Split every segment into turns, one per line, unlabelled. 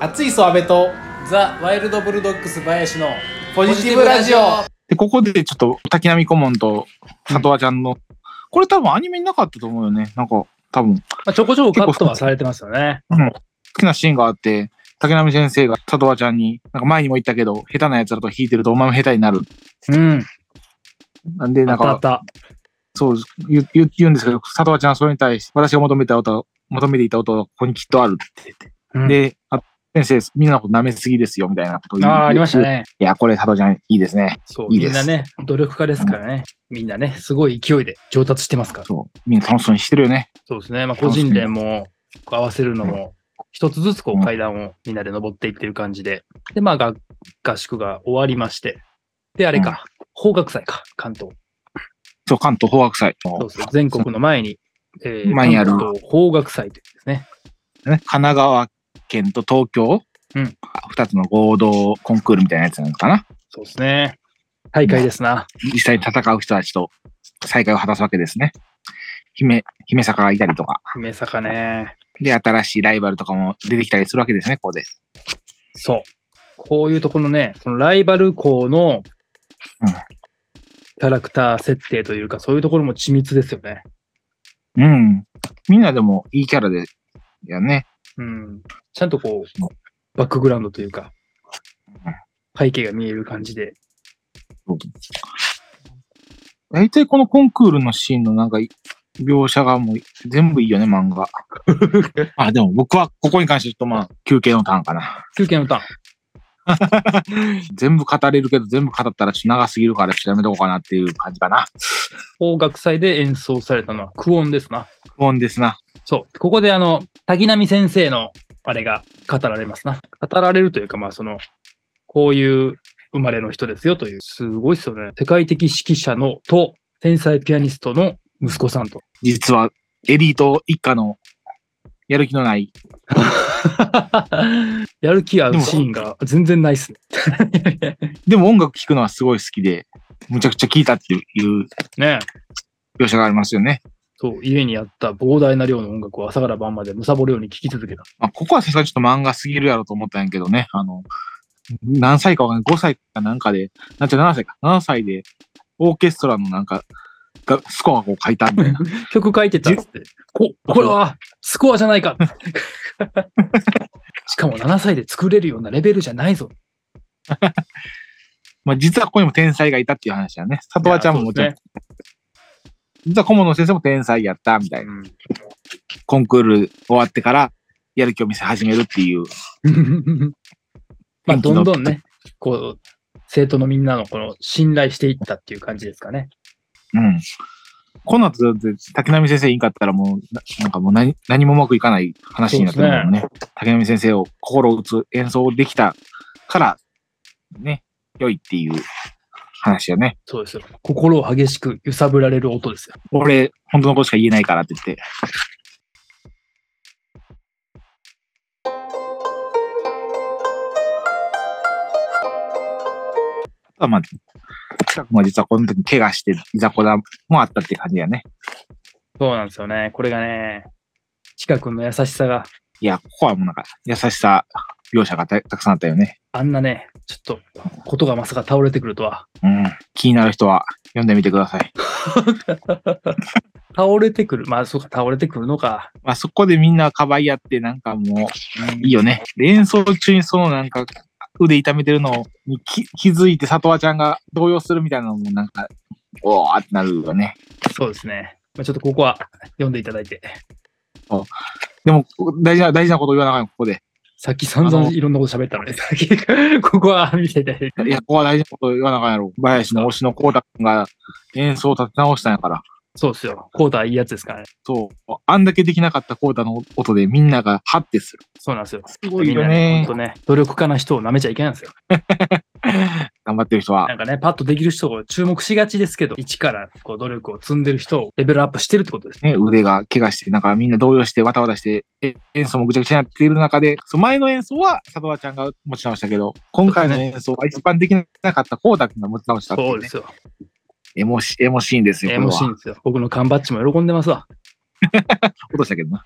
熱いソアベと
ザ・ワイルド・ブルドッグス林の
ポジティブラジオ
で、ここでちょっと、滝波顧問と里和ちゃんの、これ多分アニメになかったと思うよね。なんか、多分、
まあ、ちょこちょこカットはされてますよね。
好きなシーンがあって、竹波先生が里和ちゃんに、なんか前にも言ったけど、下手な奴らと弾いてるとお前も下手になる。
うん。
なんで、な
あっ
ん
たあ
か
っ、た。
そう言う言うんですけど、里和ちゃんはそれに対して、私が求めた音は、求めていた音はここにきっとあるって言って。
うん
で、あ先生、みんなのこと舐めすぎですよ、みたいなことを言
あ
う
あ、ありました。ね。
いや、これ、佐藤ちゃん、いいですね。
そう
いいで
みん
す
なね、努力家ですからね。みんなね、すごい勢いで上達してますから。
そう。みんな楽しそうにしてるよね。
そうですね。まあ、個人でもこう合わせるのも、一つずつこ
うん
う階段をみんなで登っていってる感じで。で、まあ、が合宿が終わりまして。で、あれか、法学祭か、関東。
そう、関東法学祭。
そうですね。全国の前に、えー、
前にある
関東法学祭というですね。
ね、神奈川県と東京、
うん
2つの合同コンクールみたいなやつなのかな。
そうですね。大会ですな。
実際に戦う人たちと再会を果たすわけですね。姫、姫坂がいたりとか。
梅坂ね。
で、新しいライバルとかも出てきたりするわけですね、ここで。
そう。こういうとこのね、そのライバル校の
うん
キャラクター設定というか、そういうところも緻密ですよね。
うん。みんなでもいいキャラで、やね。
うん。ちゃんとこう、バックグラウンドというか、背景が見える感じで。
大体このコンクールのシーンのなんかい、描写がもう全部いいよね、漫画。あ、でも僕はここに関してちょっとまあ、休憩のターンかな。
休憩のターン。
全部語れるけど、全部語ったらちょっと長すぎるから、ちょっとやめとこうかなっていう感じかな。
法学祭で演奏されたのはク音ですな。
不穏ですな。
そう。ここであの、滝波先生のあれが語られますな。語られるというか、まあその、こういう生まれの人ですよという、すごいですよね。世界的指揮者のと、天才ピアニストの息子さんと。
実は、エリート一家のやる気のない、
やる気あるシーンが全然ないっすね。
でも音楽聴くのはすごい好きで、むちゃくちゃ聴いたっていう
ねえ
描写がありますよね。
そう、家にあった膨大な量の音楽を朝から晩まで貪るように聴き続けた。
まあ、ここはさすがにちょっと漫画すぎるやろと思ったんやけどね、あの、何歳かわかんない、5歳かなんかで、なんちゃ7歳か、7歳で、オーケストラのなんか、がスコアをこう書いたみ たいな。
曲書いてたっつって。こ、これはスコアじゃないか。しかも7歳で作れるようなレベルじゃないぞ。
まあ実はここにも天才がいたっていう話だね。里和ちゃんももちろん、
いや
実は顧問の先生も天才やったみたいな。
そうですね
コンクール終わってから、やる気を見せ始めるっていう。
うん まあ、
元気
ど
の
んどんね、こう、生徒のみんなのこの信頼していったっていう感じですかね。
うん。この後、だって竹波先生いんかったらもう、ななんかもう何何もうまくいかない話になってるもんね。竹波先生を心を打つ演奏できたから、ね、良いっていう話よね。
そうですよ。心を激しく揺さぶられる音ですよ。
俺、本当のことしか言えないからって言って。あとはまあ、近くも実はこの時怪我して、いざこだもあったって感じやね。
そうなんですよね。これがね、近くの優しさが
いや、ここはもうなんか、優しさ、描写がたたくさんあったよね。
あんなね、ちょっと、ことがまさか倒れてくるとは。
うん。気になる人は読んでみてください。
倒れてくる。まあ、そうか、倒れてくるのか。
まあ、そこでみんなかばい合って、なんかもう、いいよね。で演奏中にそのなんか、腕痛めてるのに気気づいて、里和ちゃんが動揺するみたいなのも、なんか、おーってなるよね。
そうですね。まあ、ちょっとここは読んでいただいて。
でも、大事な、大事なことを言わなあかん、ここで。
さっき散々いろんなこと喋ったので、さっき、 ここは見ていただいて。
いや、ここは大事なことを言わなあかんやろ。林の推しの光太君が演奏を立て直したんやから。
そうですよ。コーダはいいやつですからね。
そう。あんだけできなかった光太の音でみんながハッてする。
そうなんですよ。
すごい
みん
よ
なね、
ね
本。当ね、努力家な人を舐めちゃいけないんですよ。
頑張ってる人は
な。んかね、パッとできる人を注目しがちですけど、一からこう努力を積んでる人をレベルアップしてるってことです。
ね、腕が怪我して、なんかみんな動揺して、わたわたして、え演奏もぐちゃぐちゃになっている中で、そう前の演奏は佐藤ちゃんが持ち直したけど、今回の演奏は一般できなかったコーダ君が持ち直したってい
そううで
ね、
すよ。
エモシエモシーンですよ、
エ
これ
モシー
は。
ンですよ。僕の缶バッジも喜んでますわ。
落としたけどな。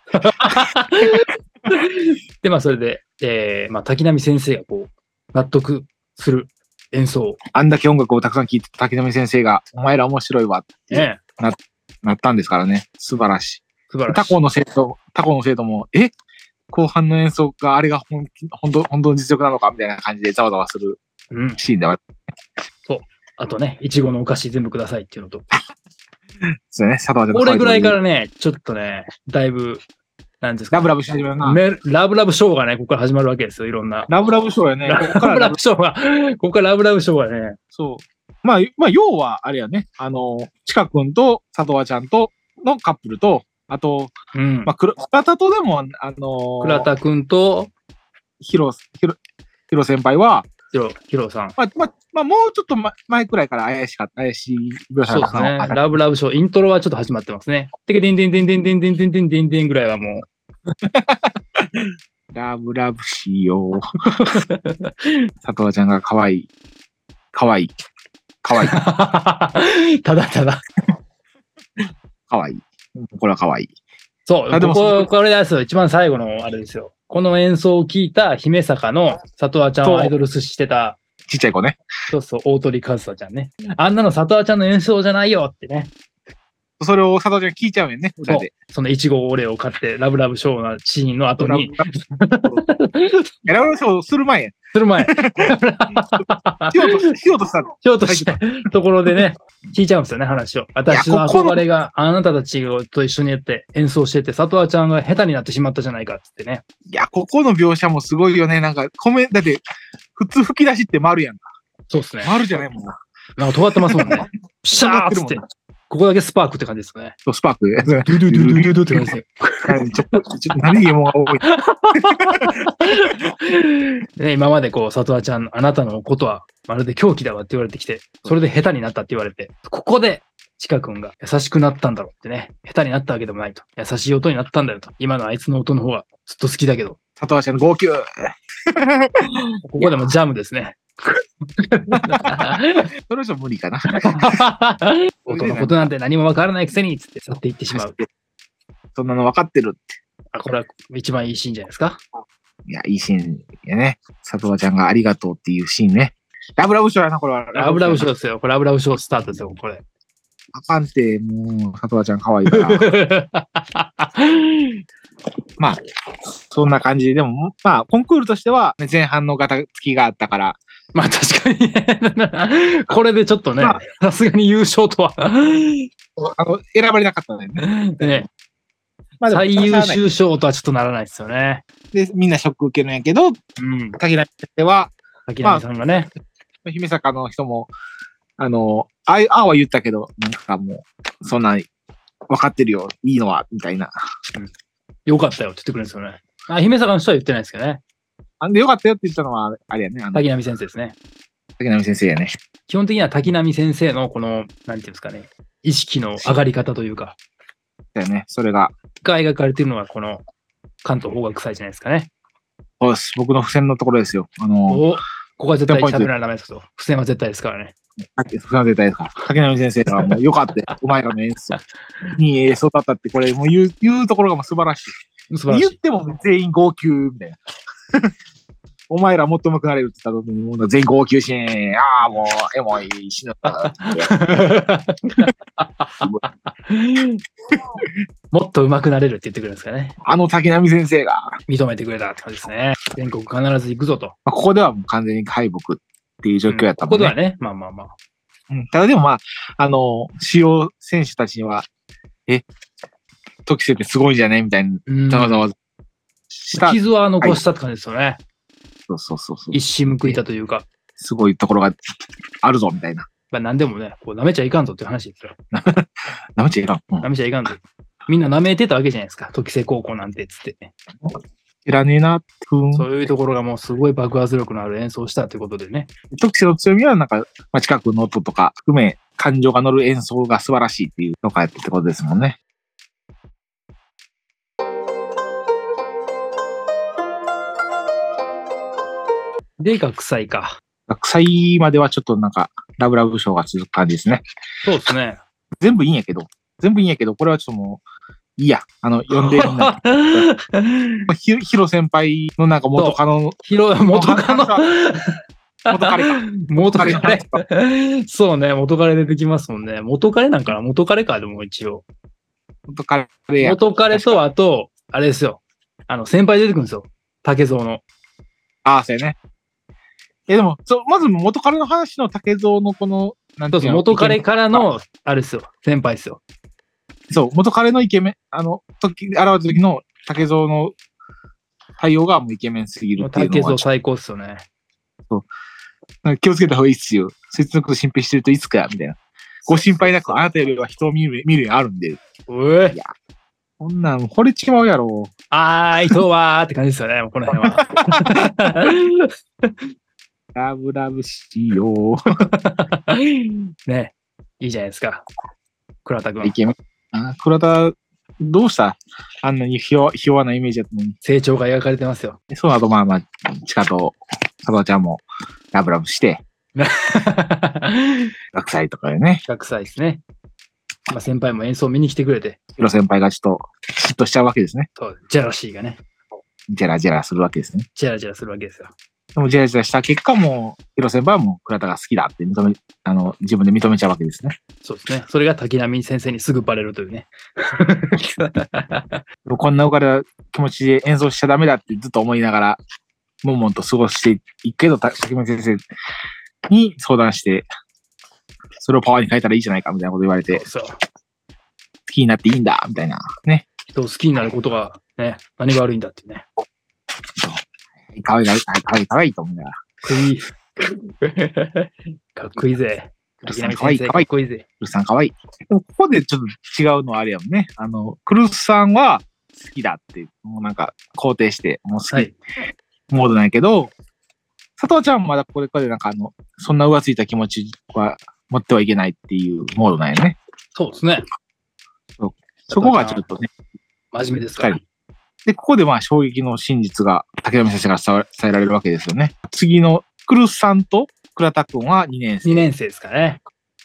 で、まあ、それで、えーまあ、滝波先生がこう、納得する演奏、
あんだけ音楽をたくさん聴いて、竹波先生が、お前ら面白いわ、
ね、
なったんですからね。素晴らし
素晴
い。
らしい。
他校の生徒、他校の生徒も、え後半の演奏があれが本気本当本当の実力なのかみたいな感じでざわざわする
うん。
シーンではある
あとね、いちごのお菓子全部くださいっていうのと。
んですよね。佐藤ちゃんの
これぐらいから
ね。
ね、ちょっとね、だいぶ、なんですか、
ラブラブし始めるな。
めラブラブショーがね、ここから始まるわけですよ、いろんな。
ラブラブショーやね。
ラ
ここから
ブ
ラ
ラ
ブ
ブショーが、ここからラブラブショーがね、
そう。まあ、まあ、要は、あれやね。あの、ちかくんと佐藤ちゃんとのカップルと、あと、
うん。
まあ、くら倉田とでも、あの、
倉田くんと、
ヒロ、ヒロ、ヒロ先輩は、
ヒロ、ヒロさん。
まあ、まあ、まあ、もうちょっとま前くらいから怪しかった、怪しい描
そ
写
うで
が
すね。ラブラブショー、イントロはちょっと始まってますね。てけでんでんでんでんでんでんでんでんでんでんぐらいは も
ラブラブしよう。 佐藤ちゃんが可愛い。可愛い。可愛い。
う、ただただ。
可愛い。これは可愛い。
そう、
あでも
こ
そ
こ、
う
これですよ。一番最後のあれですよ。この演奏を聞いた姫坂の里和ちゃんをアイドルスしてた
ちっちゃい子ね。
そうそう、大鳥和沙ちゃんね。あんなの里和ちゃんの演奏じゃないよってね。
それを佐藤ちゃんが聞いちゃうよね。歌で。
そのいちごオレを買って、ラブラブショーのシーンの後
ラブ
に、
ラブ。いやラブラブショーをする前や。
する前、
しようと、しようとしたの。
ショーとしたところでね、聞いちゃうんですよね、話を。私の
ここの
憧れがあなたたちと一緒にやって演奏してて、里和ちゃんが下手になってしまったじゃないかっつってね。
いや、ここの描写もすごいよね。なんか、コメンだって、普通吹き出しって丸やんか。
そうですね。
丸じゃないもんな。
なんか尖ってますもんね。ピシャーっつって。ここだけスパークって感じですね。
そうスパーク。
ド
ちょ
ゥドゥドゥドゥドゥドゥって感じですね。
ちょちょ何ゲームが多い。
ね、今までこう、里和ちゃん、あなたのことはまるで狂気だわって言われてきて、それで下手になったって言われて、ここで、ちかくんが優しくなったんだろうってね、下手になったわけでもないと。優しい音になったんだよと。今のあいつの音の方がずっと好きだけど、
佐藤ちゃんの号泣。
ここでもジャムですね。
それじゃ無理かな。
音のことなんて何もわからないくせに、つって去っていってしまう。
そんなの分かってる。
あ、これは一番いいシーンじゃないですか。
いや、いいシーンやね。佐藤ちゃんがありがとうっていうシーンね。ラブラブショーやな、これは。
ラブラブショ
ー。
ーですよ。これラブラブショースタートですよ、これ。
あかんて、もう、佐藤ちゃん可愛いから。まあ、そんな感じで、でも、まあ、コンクールとしては、ね前半のガタつきがあったから、
まあ確かに ね。これでちょっとね
まあ、
さすがに優勝とは。
あの、選ばれなかったんだよね。
ね、
まあ、
最
でも
優。
しゃあない
秀賞とはちょっとならないですよね。
で、みんなショック受けるんやけど、
うん。
滝浪先生は、
滝波さんがね。
姫坂の人も、あの、あいああは言ったけど、なんかもう、そんなん、分かってるよ、いいのは、みたいな。
よかったよって言ってくれるんですよね。あ、姫坂の人は言ってないですけどね。
あんで、よかったよって言ったのは、あれやね、あの、
滝波先生ですね。
滝浪先生やね。
基本的には滝波先生のこの、なんていうんですかね、意識の上がり方というか、
だよね、それが。
が描かれているのがこの関東方角祭じゃないですかね。
そうです。僕の付箋のところですよ。あの、
おここは絶対喋らないダメですけど、付箋は絶対ですからね。
付箋は絶対ですから。竹波先生がもう、よかったよ。お前らの演奏。いい演奏だったって、これ、もう言う、言うところがもう素晴らしい。
素晴らし
言っ
い。
ても全員号泣、みたいな。 お前らもっと上手くなれるって言った時に、もう全員号泣し、ああ、もう、エモい、死ぬ。
もっと上手くなれるって言ってくれるんですかね。
あの竹波先生が、
認めてくれたって感じですね。全国必ず行くぞと。
まあここではもう完全に敗北っていう状況やった
うん
も
ここ
んね。
ではね、まあまあまあ。
うんただでもまあ、あの、主要選手たちには、え、時瀬ってすごいんじゃねみたいな、
うん
ざわざわした。
傷は残したって感じですよね。
そうそうそうそう。
一矢報いたというか、
すごいところがあるぞ、みたいな。
まあ、何でもね、こう舐めちゃいかんぞっていう話ですよ。
なめちゃいかん。うん
舐めちゃいかんぞ。みんな舐めてたわけじゃないですか。時瀬高校なんてっつって、ね。
いらねえな、ふーん
そういうところがもうすごい爆発力のある演奏をしたということでね。
特性の強みは、なんか、まあ、近くの音とか含め、感情が乗る演奏が素晴らしいっていうのがやってってことですもんね。
で、学祭か。
学祭まではちょっとなんか、ラブラブショーが続く感じですね。
そうですね。
全部いいんやけど、全部いいんやけど、これはちょっともう、いいや、あの、呼んでみんな。まあ、ひヒロ先輩のなんか元カノ、
広い、元カノ。
元カレか。
元カ
元カレ
レ。 そうね、元カレ出てきますもんね。元カレなんかな元カレか、でも一応。
元カレや。
元カレと、あと、あれですよ。あの、先輩出てくるんですよ。竹蔵の。
ああ、そうやね。え、でも、そうまず元カレの話の竹蔵のこの、なんて
そ
いう
そう、
うの
元カレからの、あれですよ。先輩ですよ。
そう、元彼のイケメン、あの、時、現れた時の竹蔵の対応がもうイケメンすぎるっていう
竹
のは
蔵、最高っすよね。
なんか気をつけた方がいいっすよ。そいつのこと心配してるといつか、みたいな。ご心配なく、あなたよりは人を見る見る目あるんで。
うえ。
こんなん、惚れちまうやろ。
あーい、とはーって感じですよね。もうこの辺 は。
ラブラブしよう。
ね。いいじゃないですか。倉田
イ
君。
ケメン。あ、倉田、どうしたあんなにひ弱ひ弱なイメージだったのに。
成長が描かれてます よ。
でそう、あとまあまあ、ちかと、加藤ちゃんも、ラブラブして、学祭とかでね、
100歳ですね。まあ、先輩も演奏見に来てくれて、
ヒロ先輩がちょっと、嫉妬しちゃうわけですね。
とジェラシーがね、
ジェラジェラするわけですね。
ジェラジェラするわけですよ。
でもジェラジェラした結果もう、ヒロ先輩はもう倉田が好きだって認め、あの、自分で認めちゃうわけですね。
そうですね。それが滝波先生にすぐバレるというね。
でもこんな浮かれた気持ちで演奏しちゃダメだってずっと思いながら、もんもんと過ごしていくけど、た竹村先生に相談して、それをパワーに変えたらいいじゃないかみたいなこと言われて、好
そう。
きになっていいんだみたいな。ね。
人を好きになることが、ね、何が悪いんだっていうね。
かわいい、かわいい、かわいい、かわいいと思いなが
か
ら。
っこい い。かっこいいぜ。滝波
かわい
先
い、
生、
か
か
わい
っ
い。
こいいぜ。
クルスさんかわいい。でもここでちょっと違うのはあれやもんね。あの、クルスさんは好きだって、もうなんか肯定して、もう好き、
はい
モードなんやけど、佐藤ちゃんはまだこれからなんかあの、そんな浮ついた気持ちは持ってはいけないっていうモードなんやね。
そうですね。
そこがちょっとね。
真面目ですから。
しっかで、ここでまあ衝撃の真実が竹上先生から伝わ伝えられるわけですよね。次のクルスさんと倉田くんは2年生。
2年生ですかね。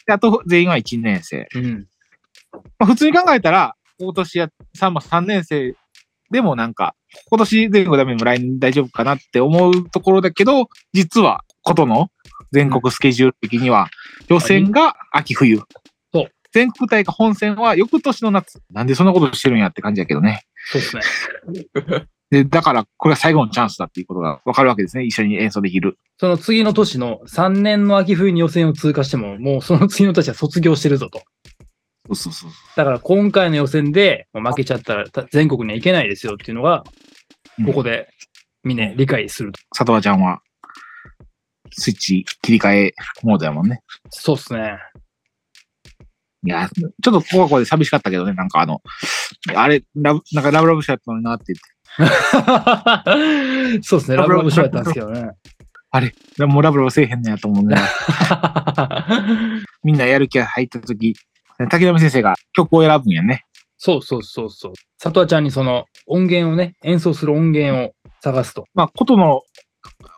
であと全員は1年生。
うん。
まあ、普通に考えたら、今年や3、まあ3年生でもなんか、今年全国ダメでも来年大丈夫かなって思うところだけど、実は、ことの全国スケジュール的には、予選が秋冬。
そう
全国大会本戦は翌年の夏。なんでそんなことしてるんやって感じやけどね。
そうですね。
で、だから、これが最後のチャンスだっていうことがわかるわけですね。一緒に演奏できる。
その次の年の3年の秋冬に予選を通過しても、もうその次の年は卒業してるぞと。
そうそうそう。
だから今回の予選でもう負けちゃったらた全国には行けないですよっていうのが
うん、
ここでみんな理解すると。
佐藤ちゃんは、スイッチ切り替えモードやもんね。
そうっす ね。
いや、ちょっとここはここで寂しかったけどね、なんかあの、あれ、ラブ、なんかラブラブしちゃったのになって言っ
そうっすね。ラブラブショーやったんですけど ね。
て、もうラブラブせえへんのやと思うんだみんなやる気が入った時、竹上先生が曲を選ぶんやね。
そうそうそうそう。里和ちゃんにその音源をね、演奏する音源を探すと。
まあ、ことの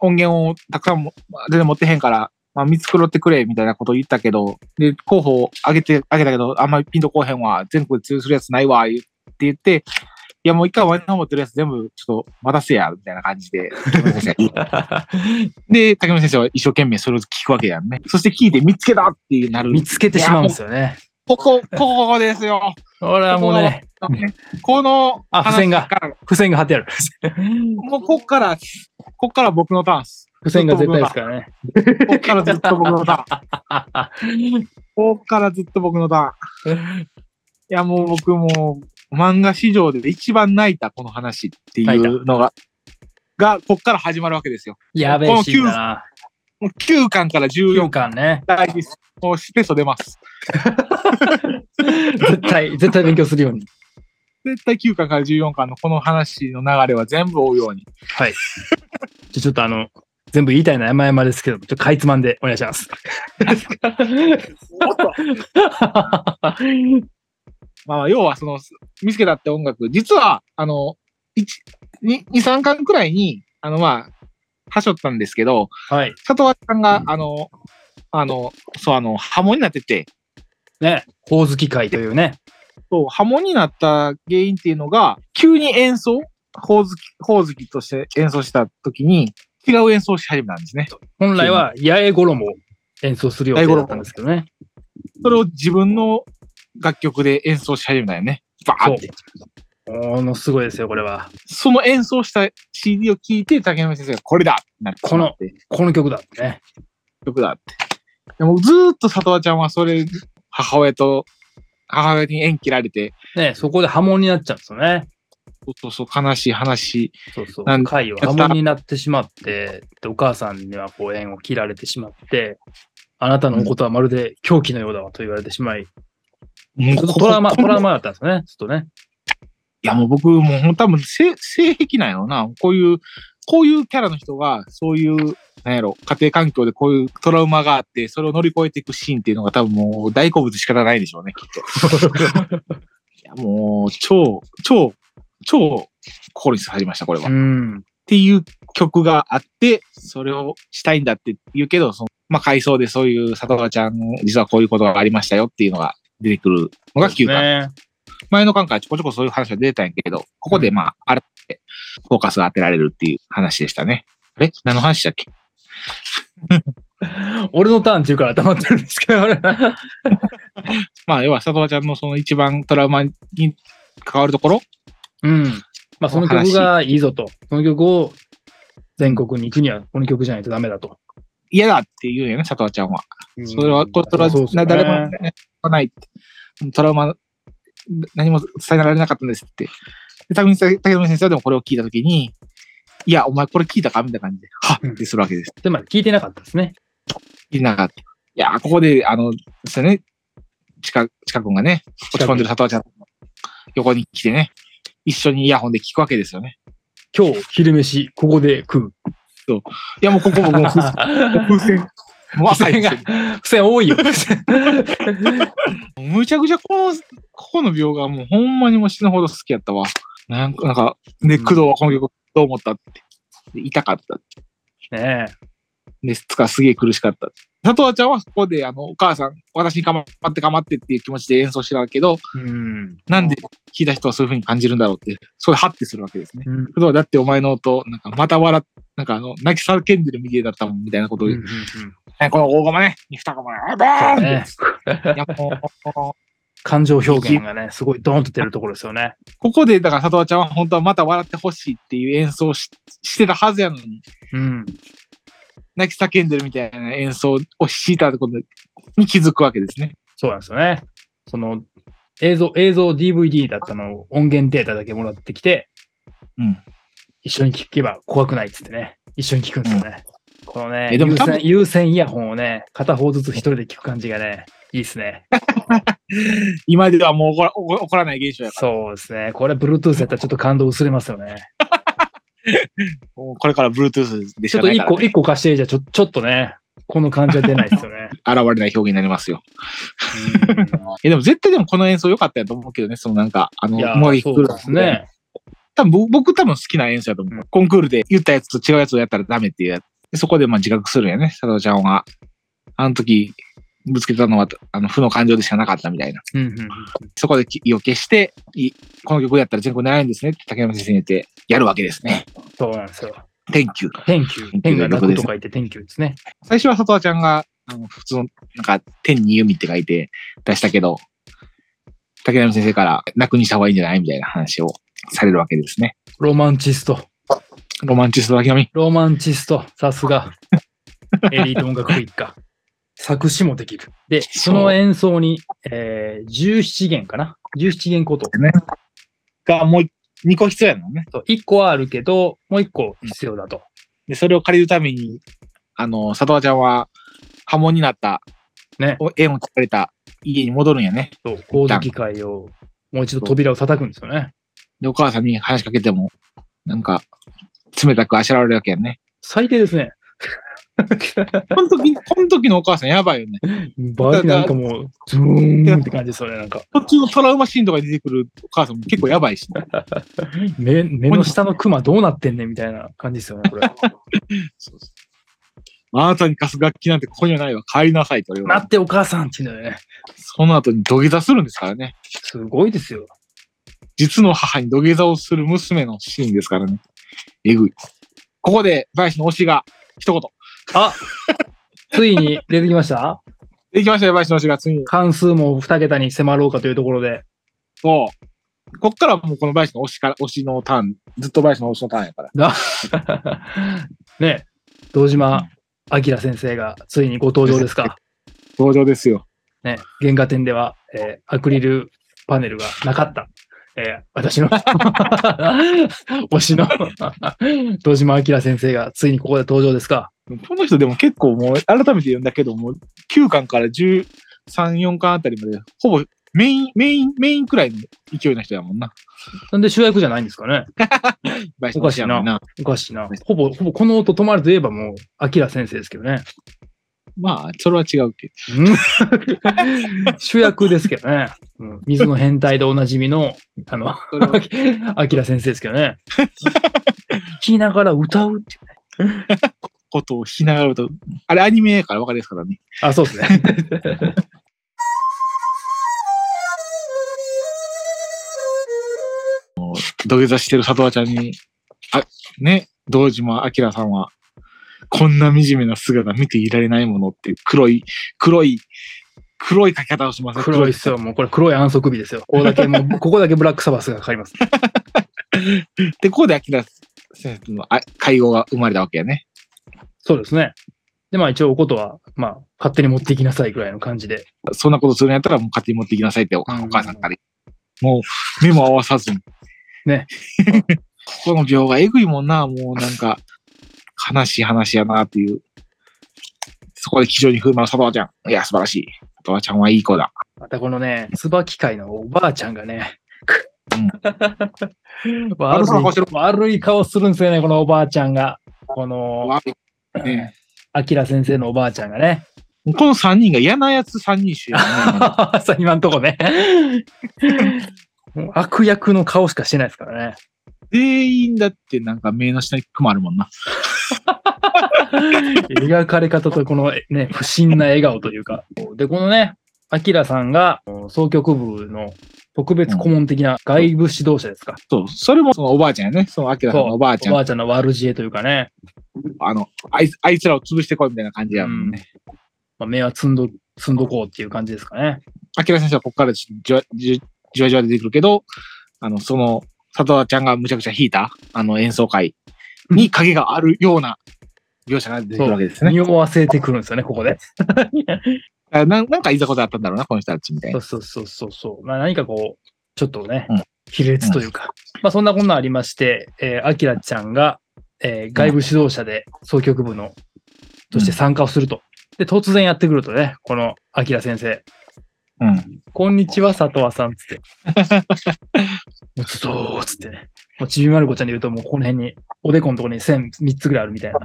音源をたくさんも、まあ全然持ってへんから、まあ、見繕ってくれ、みたいなこと言ったけど、で、候補を上げて、上げたけど、あんまりピンとこうへんわ、全国で通用するやつないわ、って言って、いや、もう一回ワイン持ってるやつ全部ちょっと待たせや、みたいな感 じで、竹上先生がで、竹村先生は一生懸命それを聞くわけやんね。そして聞いて見つけたってなる。
見つけてしまうんですよね。
ここ、ここですよ。
俺はもうね、
この、
あ付箋が
話から。
付箋が貼ってある。
もうこっから、こっから僕のターンっす。
付箋が絶対ですからね。
こっからずっと僕のターン。こっからずっと僕のターン。いや、もう僕もう漫画史上で一番泣いたこの話っていうのが、が、こっから始まるわけですよ。
やべえシーンだな。
もう9巻から
4
14
巻
巻
ね。
大事です。もうスペース出ます。
絶対、絶対勉強するように。
絶対9巻から14巻のこの話の流れは全部追うように。
じゃあちょっとあの、全部言いたいのは山々ですけど、ちょっとかいつまんでお願いし ます。
まあ、要はその、見つけたって音楽、実は、あの、一二二3巻くらいに、あの、まあ、はしょったんですけど、
はい。
佐藤さんが、あの、あの、そう、あの、ハモになってて、
ね、ほおずき会というね、
そう、波紋になった原因っていうのが、急に演奏、ほおずき、ほおずきとして演奏した時に、違う演奏をし始めたんですね。
本来は、八重衣を演奏する予定だったんですけどね。
それを自分の楽曲で演奏し始めたよね。バーって。
ものすごいですよ、これは。
その演奏した CD を聴いて、竹山先生がこれだってなって
このこの曲だってね。
曲だって。でもずーっと里和ちゃんはそれ、母親と、母親に縁切られて、
ね、そこで波紋になっちゃうんですよね。
そうそうそう、悲しい話。
そうそう
なん。
会を波紋になってしまって、でお母さんにはこう縁を切られてしまって、あなたのことはまるで狂気のようだわと言われてしまい、ち
も
ょっとトラウマ、
ここ
トラウマだったんですね。ちょっとね。
いや、もう僕、もうほん多分性、性癖なんやろうな。こういう、こういうキャラの人が、そういう、なんやろ、家庭環境でこういうトラウマがあって、それを乗り越えていくシーンっていうのが多分もう大好物仕方ないでしょうね、きっ と。いや、もう、超、超、超、心に刺さりました、これ
う
は。っ
ん。
ていう曲があって、それをしたいんだって言うけど、その、まあ、回想でそういう里川ちゃん、実はこういうことがありましたよっていうのが出てくるのが9巻。
ね。
前の間からちょこちょこそういう話は出てたんやけど、ここでまあ、改めてフォーカスが当てられるっていう話でしたね。あれ何の話だっけ
俺のターンっていうから黙ってるんですけど、あれ。
まあ、要は、佐藤ちゃんのその一番トラウマに関わるところ
うん。まあ、その曲がいいぞと。その曲を全国に行くには、この曲じゃないとダメだと。
嫌だって言うんやね、佐藤ちゃんは。それは、これトラウ
そうです
マ、
ね
誰もねないって。トラウマ、何も伝えられなかったんですって。で、竹見先竹見先生はでもこれを聞いたときに、いや、お前これ聞いたかみたいな感じで、は
うん
っってするわけです。
で、まあ、聞いてなかったですね。
いなかった。いやー、ここで、あの、ですよね、近く、近くんがね、落ち込んでる佐藤ちゃんの横に来てね、一緒にイヤホンで聞くわけですよね。
今日、昼飯、ここで 食う。
いや、もうここ 僕も風船、風船、もう赤
付箋
いで
が
すよ、
付箋多いよ。
むちゃくちゃこの、ここの描画もうほんまにもう死ぬほど好きやったわ。なんか、なんか、ね、
うん
工藤はこの曲どう思ったって。で痛かった。
ねえ。
で、つかすげえ苦しかった。佐藤ちゃんはここで、あの、お母さん、私にかまってかまってっていう気持ちで演奏してたけど、
うん。
なんで聞いた人はそういうふうに感じるんだろうって、それハッてするわけですね。
うん。
工藤はだってお前の音、なんかまた笑っ、なんかあの、泣き叫んでるみてえだったもんみたいなことを
うん
言う。ねこの大駒ね、二駒ね、あ
そ
バ
う
ーン
ね
いやもう
感情表現がね、すごいドーンと出るところですよね。
ここで、だから佐藤ちゃんは本当はまた笑ってほしいっていう演奏をししてたはずやのに、
うん。
泣き叫んでるみたいな演奏を敷いたってことに気づくわけですね。
そうなんですよね。その、映像、映像 DVD だったのを音源データだけもらってきて、
うん。
一緒に聞けば怖くないっつってね、一緒に聞くんですよね。このね
えでも
有
多
線
分、
有線イヤホンをね、片方ずつ一人で聞く感じがね、いいですね。
今ではもう起こら起こ起こらない現象やから、
そうですね。これ、Bluetooth やったらちょっと感動薄れますよね。
もうこれから Bluetooth でし
ちょっと
かない
一
から、
個、
ね、
一個貸して、じゃあちょ、ちょっとね、この感じは出ないですよね。
現れない表現になりますよ。
うん
いやでも絶対でもこの演奏良かったやと思うけどね、そのなんか、あの、
いや
もう一
そうですね。
多分僕僕多分好きな演奏やと思う。
うん
コンクールで言ったやつと違うやつをやったらダメっていうやつ。でそこでまあ自覚するんやね、佐藤ちゃんは。あの時、ぶつけたのは、あの、負の感情でしかなかったみたいな。
うんうんうん
そこで気を消して、いこの曲やったら全国ないんですねって竹山先生に言って、やるわけですね。
そうなんですよ。
Thank you。
天球、
Thank
天
you
球
が
泣
楽
く
で
と
す
書いて天球ですね。
最初は佐藤ちゃんが、あの普通の、なんか、天に弓って書いて出したけど、竹山先生から、泣くにした方がいいんじゃないみたいな話をされるわけですね。
ロマンチスト。
ロマンチスト竹山。
ロマンチスト。さす が。エリート音楽一家。作詞もできる。で、その演奏に、えー、17弦かな ?17 弦こと。
がもう2個必要やもんね。
そう1個はあるけど、もう1個必要だと。
で、それを借りるために、あの、佐藤ちゃんは、波紋になった、
ね
お縁を切られた家に戻るんやね。
そう、講座機会を、もう一度扉を叩くんですよね。
で、お母さんに話しかけても、なんか、冷たくあしらわれるわけやね。
最低ですね。
この時、この時のお母さんやばいよね。
バリなんかもう、ズーンって感じですよね。なんか、
途中のトラウマシーンとかに出てくるお母さんも結構やばいし、ね、
目、 目の下のクマどうなってんねんみたいな感じですよね、これ。
そうそうあなたに貸す楽器なんてここにはないわ。帰りなさいと言わ
待
れ
っ。てお母さんっていうのよね。
その後に土下座するんですからね。
すごいですよ。
実の母に土下座をする娘のシーンですからね。えぐい。ここで、林の推しが、一言。
あついに出てきました
できましたよ、林の推しが。次に。
関数も二桁に迫ろうかというところで。
そう。こっからはもうこの林の推しから、推しのターン。ずっと林の推しのターンやから。
ね、堂島明先生がついにご登場ですか。
登場ですよ。
ね、原画展では、えーアクリルパネルがなかった。えー私の 推しの 堂島明先生がついにここで登場ですか。
この人でも結構もう改めて言うんだけども、9巻から13、4巻あたりまで、ほぼメイン、メイン、メインくらいの勢いの人やもんな。
なんで主役じゃないんですかね。
おかしいな。
おかしいな。ほぼ、ほぼこの音止まるといえばもう、明先生ですけどね。
まあ、それは違うけど。
主役ですけどね。うん水の変態でおなじみの、あの、
それは
アキラ先生ですけどね。 聞きながら歌うっていうね。
ことをしながらと、あれアニメやから分かりやすからね。
あ、そうです ね。
土下座してる里和ちゃんに、あ、ね、堂島明さんは、こんな惨めな姿見ていられないものって、黒い、黒い、黒い書き方をしますね
黒いっすよ。もうこれ黒い安息日ですよ。ここだけ、も う、ここだけブラックサバスがかかります。
で、ここで明先生のあ会合が生まれたわけやね。
そうですね。で、まあ一応おことは、まあ、勝手に持っていきなさいぐらいの感じで。
そんなことするんやったらもう勝手に持ってきなさいっておお
うん
母さんから。もう目も合わさずに。
ね。
ここの病がえぐいもんな、もうなんか、悲しい話やなっていう。そこで気丈に振る舞う佐藤ちゃん。いや、素晴らしい。佐藤ちゃんはいい子だ。
またこのね、椿会のおばあちゃんがね、 悪
悪そうな顔してる
い悪い顔するんですよね、このおばあちゃんが。この、
ね
あきら先生のおばあちゃんがね。
この三人が嫌なやつ三人衆やね
さ今んとこね。 もう悪役の顔しかしてないですからね。
全員だってなんか目の下に雲あるもんな。
描かれ方とこのね、不審な笑顔というか。で、このね、アキラさんが総局部の特別顧問的な外部指導者ですか。
そう。それもそのおばあちゃんやね。その明さんのおばあちゃ
おば
ん。
あちゃんの悪知恵というかね、
あのあいつ、あいつらを潰してこいみたいな感じやもんね。
まあ、目は積んど、積んどこうっていう感じですかね。
明先生はここからじわじわじわじわ出てくるけど、あの、その、佐藤ちゃんがむちゃくちゃ弾いた、あの演奏会に影があるような描写が出てくるわけですね。
匂わせてくるんですよね、ここで。
あななんかいざこざあったんだろうな、この人たちみたい
そ
な。
うそうそうそうそう。まあ、何かこう、ちょっとね
うん、
卑劣というか。まあ、そんなこんなんありまして、えー、アキラちゃんが、えー外部指導者で総局部の、として参加をすると。で、突然やってくるとね、このアキラ先生。
うん。
こんにちは、佐藤さん、つって。 もうつそう、つってね。もうちびまる子ちゃんで言うと、もうこの辺に、おでこのとこに線3つぐらいあるみ たいな。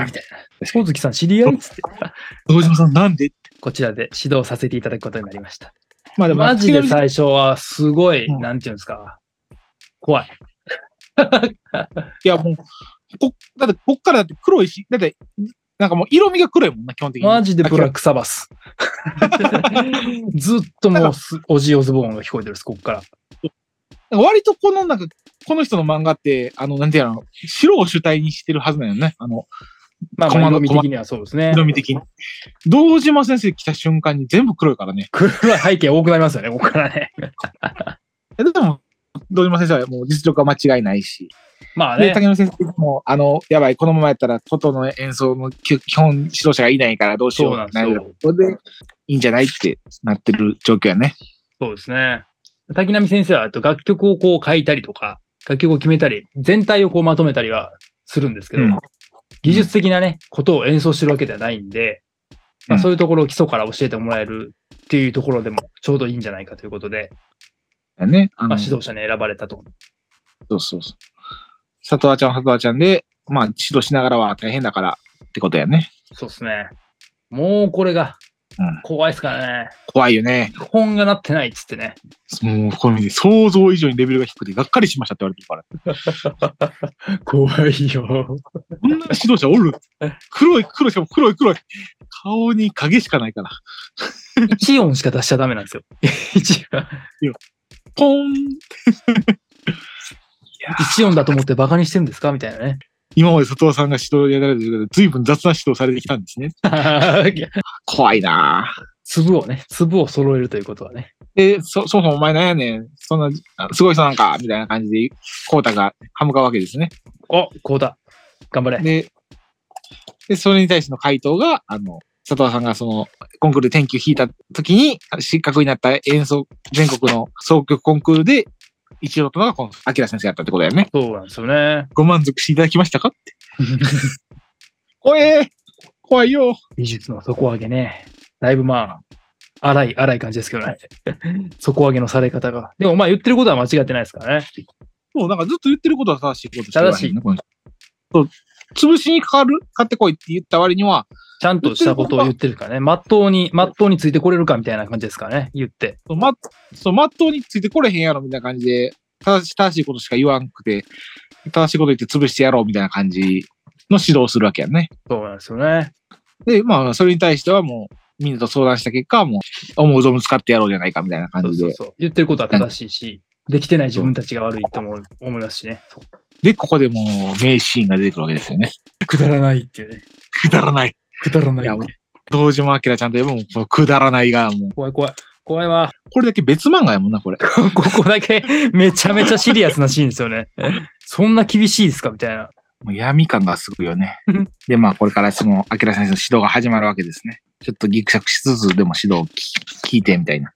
あーみたいな。スポーツさん知り合いっつって、
堂島さんなんで
こちらで指導させていただくことになりました。
まあでも、
マジで
さ
最初はすごい、
うん
なんていうんですか。怖い。
いやもう、こ、だってこっからだって黒いし、だって、なんかもう色味が黒いもんな、基本的に。
マジでブラッ
ク。
クサバ ス。ずっともうす、オジーオズボーンが聞こえてるです、こっから。
割とこのなんか、この人の漫画って、あの、なんていうの、白を主体にしてるはずなんよね。あの、
まあ、
コマ
番
の
組的にはそうですね。
色味的に。堂島先生来た瞬間に全部黒いからね。
黒い背景多くなりますよね、ここからね。
えでも、堂島先生はもう実力は間違いないし、
まあ
で
ね。
竹野先生も、あの、やばい、このままやったら、トの演奏の基基本指導者がいないからどうしよう
そうなんですよ
るほどで、いいんじゃないってなってる状況やね。
そうですね。滝波先生は、あと楽曲をこう書いたりとか、楽曲を決めたり、全体をこうまとめたりはするんですけど、
うん
技術的なね、ことを演奏してるわけではないんで、まあ、
うん
そういうところを基礎から教えてもらえるっていうところでもちょうどいいんじゃないかということで、
だね。あ
ま
の、
あ、指
そう
導者に選ばれたと。
そうそう。佐藤ちゃんは佐藤ちゃんで、まあ、指導しながらは大変だからってことやね。
そうですね。もうこれが、
うん
怖いですからね。
怖いよね。
基本がなってないっつってね。
もう、これ想像以上にレベルが低くて、がっかりしましたって言われてるから。
怖いよ。
こんな指導者おる黒い、黒い、しかも黒い、黒い。顔に影しかないから。
一音しか出しちゃダメなんです よ。一音
ポーン
一音だと思ってバカにしてるんですかみたいな ね。
今まで佐藤さんが指導やられてるけど、随分雑な指導されてきたんですね。怖いなぁ。
粒をね、粒を揃えるということはね。
で、そ、そもそもお前なんやねん。そんな、あすごい人なんか、みたいな感じで、コータが歯向かうわけですね。
お、こうだ。頑張れ。
で、で、それに対しての回答が、あの、佐藤さんがその、コンクールで天球引いた時に、失格になった演奏、全国の総曲コンクールで、一応とがこの、明先生だったってことだよね。
そうなんですよ ね。
ご満足していただきましたか怖え怖いよ
美術の底上げね。だいぶまあ、荒い、荒い感じですけどね。底上げのされ方が。でもまあ言ってることは間違ってないですからね。
そう、なんかずっと言ってることは正しいことしか
正しい
言わへんねこの人そう、潰しにかかる、買ってこいって言った割には、
ちゃんとしたことを言ってるからね。まっとうに、まっとうについてこれるかみたいな感じですからね。言って。
そうま、そう、まっとうについてこれへんやろみたいな感じで、正し正しいことしか言わんくて、正しいこと言って潰してやろうみたいな感じの指導をするわけやね。
そうなんですよね。
で、まあ、それに対してはもう、みんなと相談した結果、もう、思う存分使ってやろうじゃないかみたいな感
そう
じ
そう
で。
そう。言ってることは正しいし、できてない自分たちが悪いと思う思いますしね。そう
で、ここでもう、名シーンが出てくるわけですよね。
くだらないっていうね。
くだらない。
くだらない
いやもう道島明ちゃんといえば、もう、このくだらないが、もう、
怖い怖い。怖いわ。
これだけ別漫画やもん な、これ。
ここだけめちゃめちゃシリアスなシーンですよね。そんな厳しいですかみたいな。
もう闇感がすごいよね
うん。
で、まあ、これからその、明先生の指導が始まるわけですね。ちょっとギクシャクしつつ、でも指導を聞聞いてみたいな。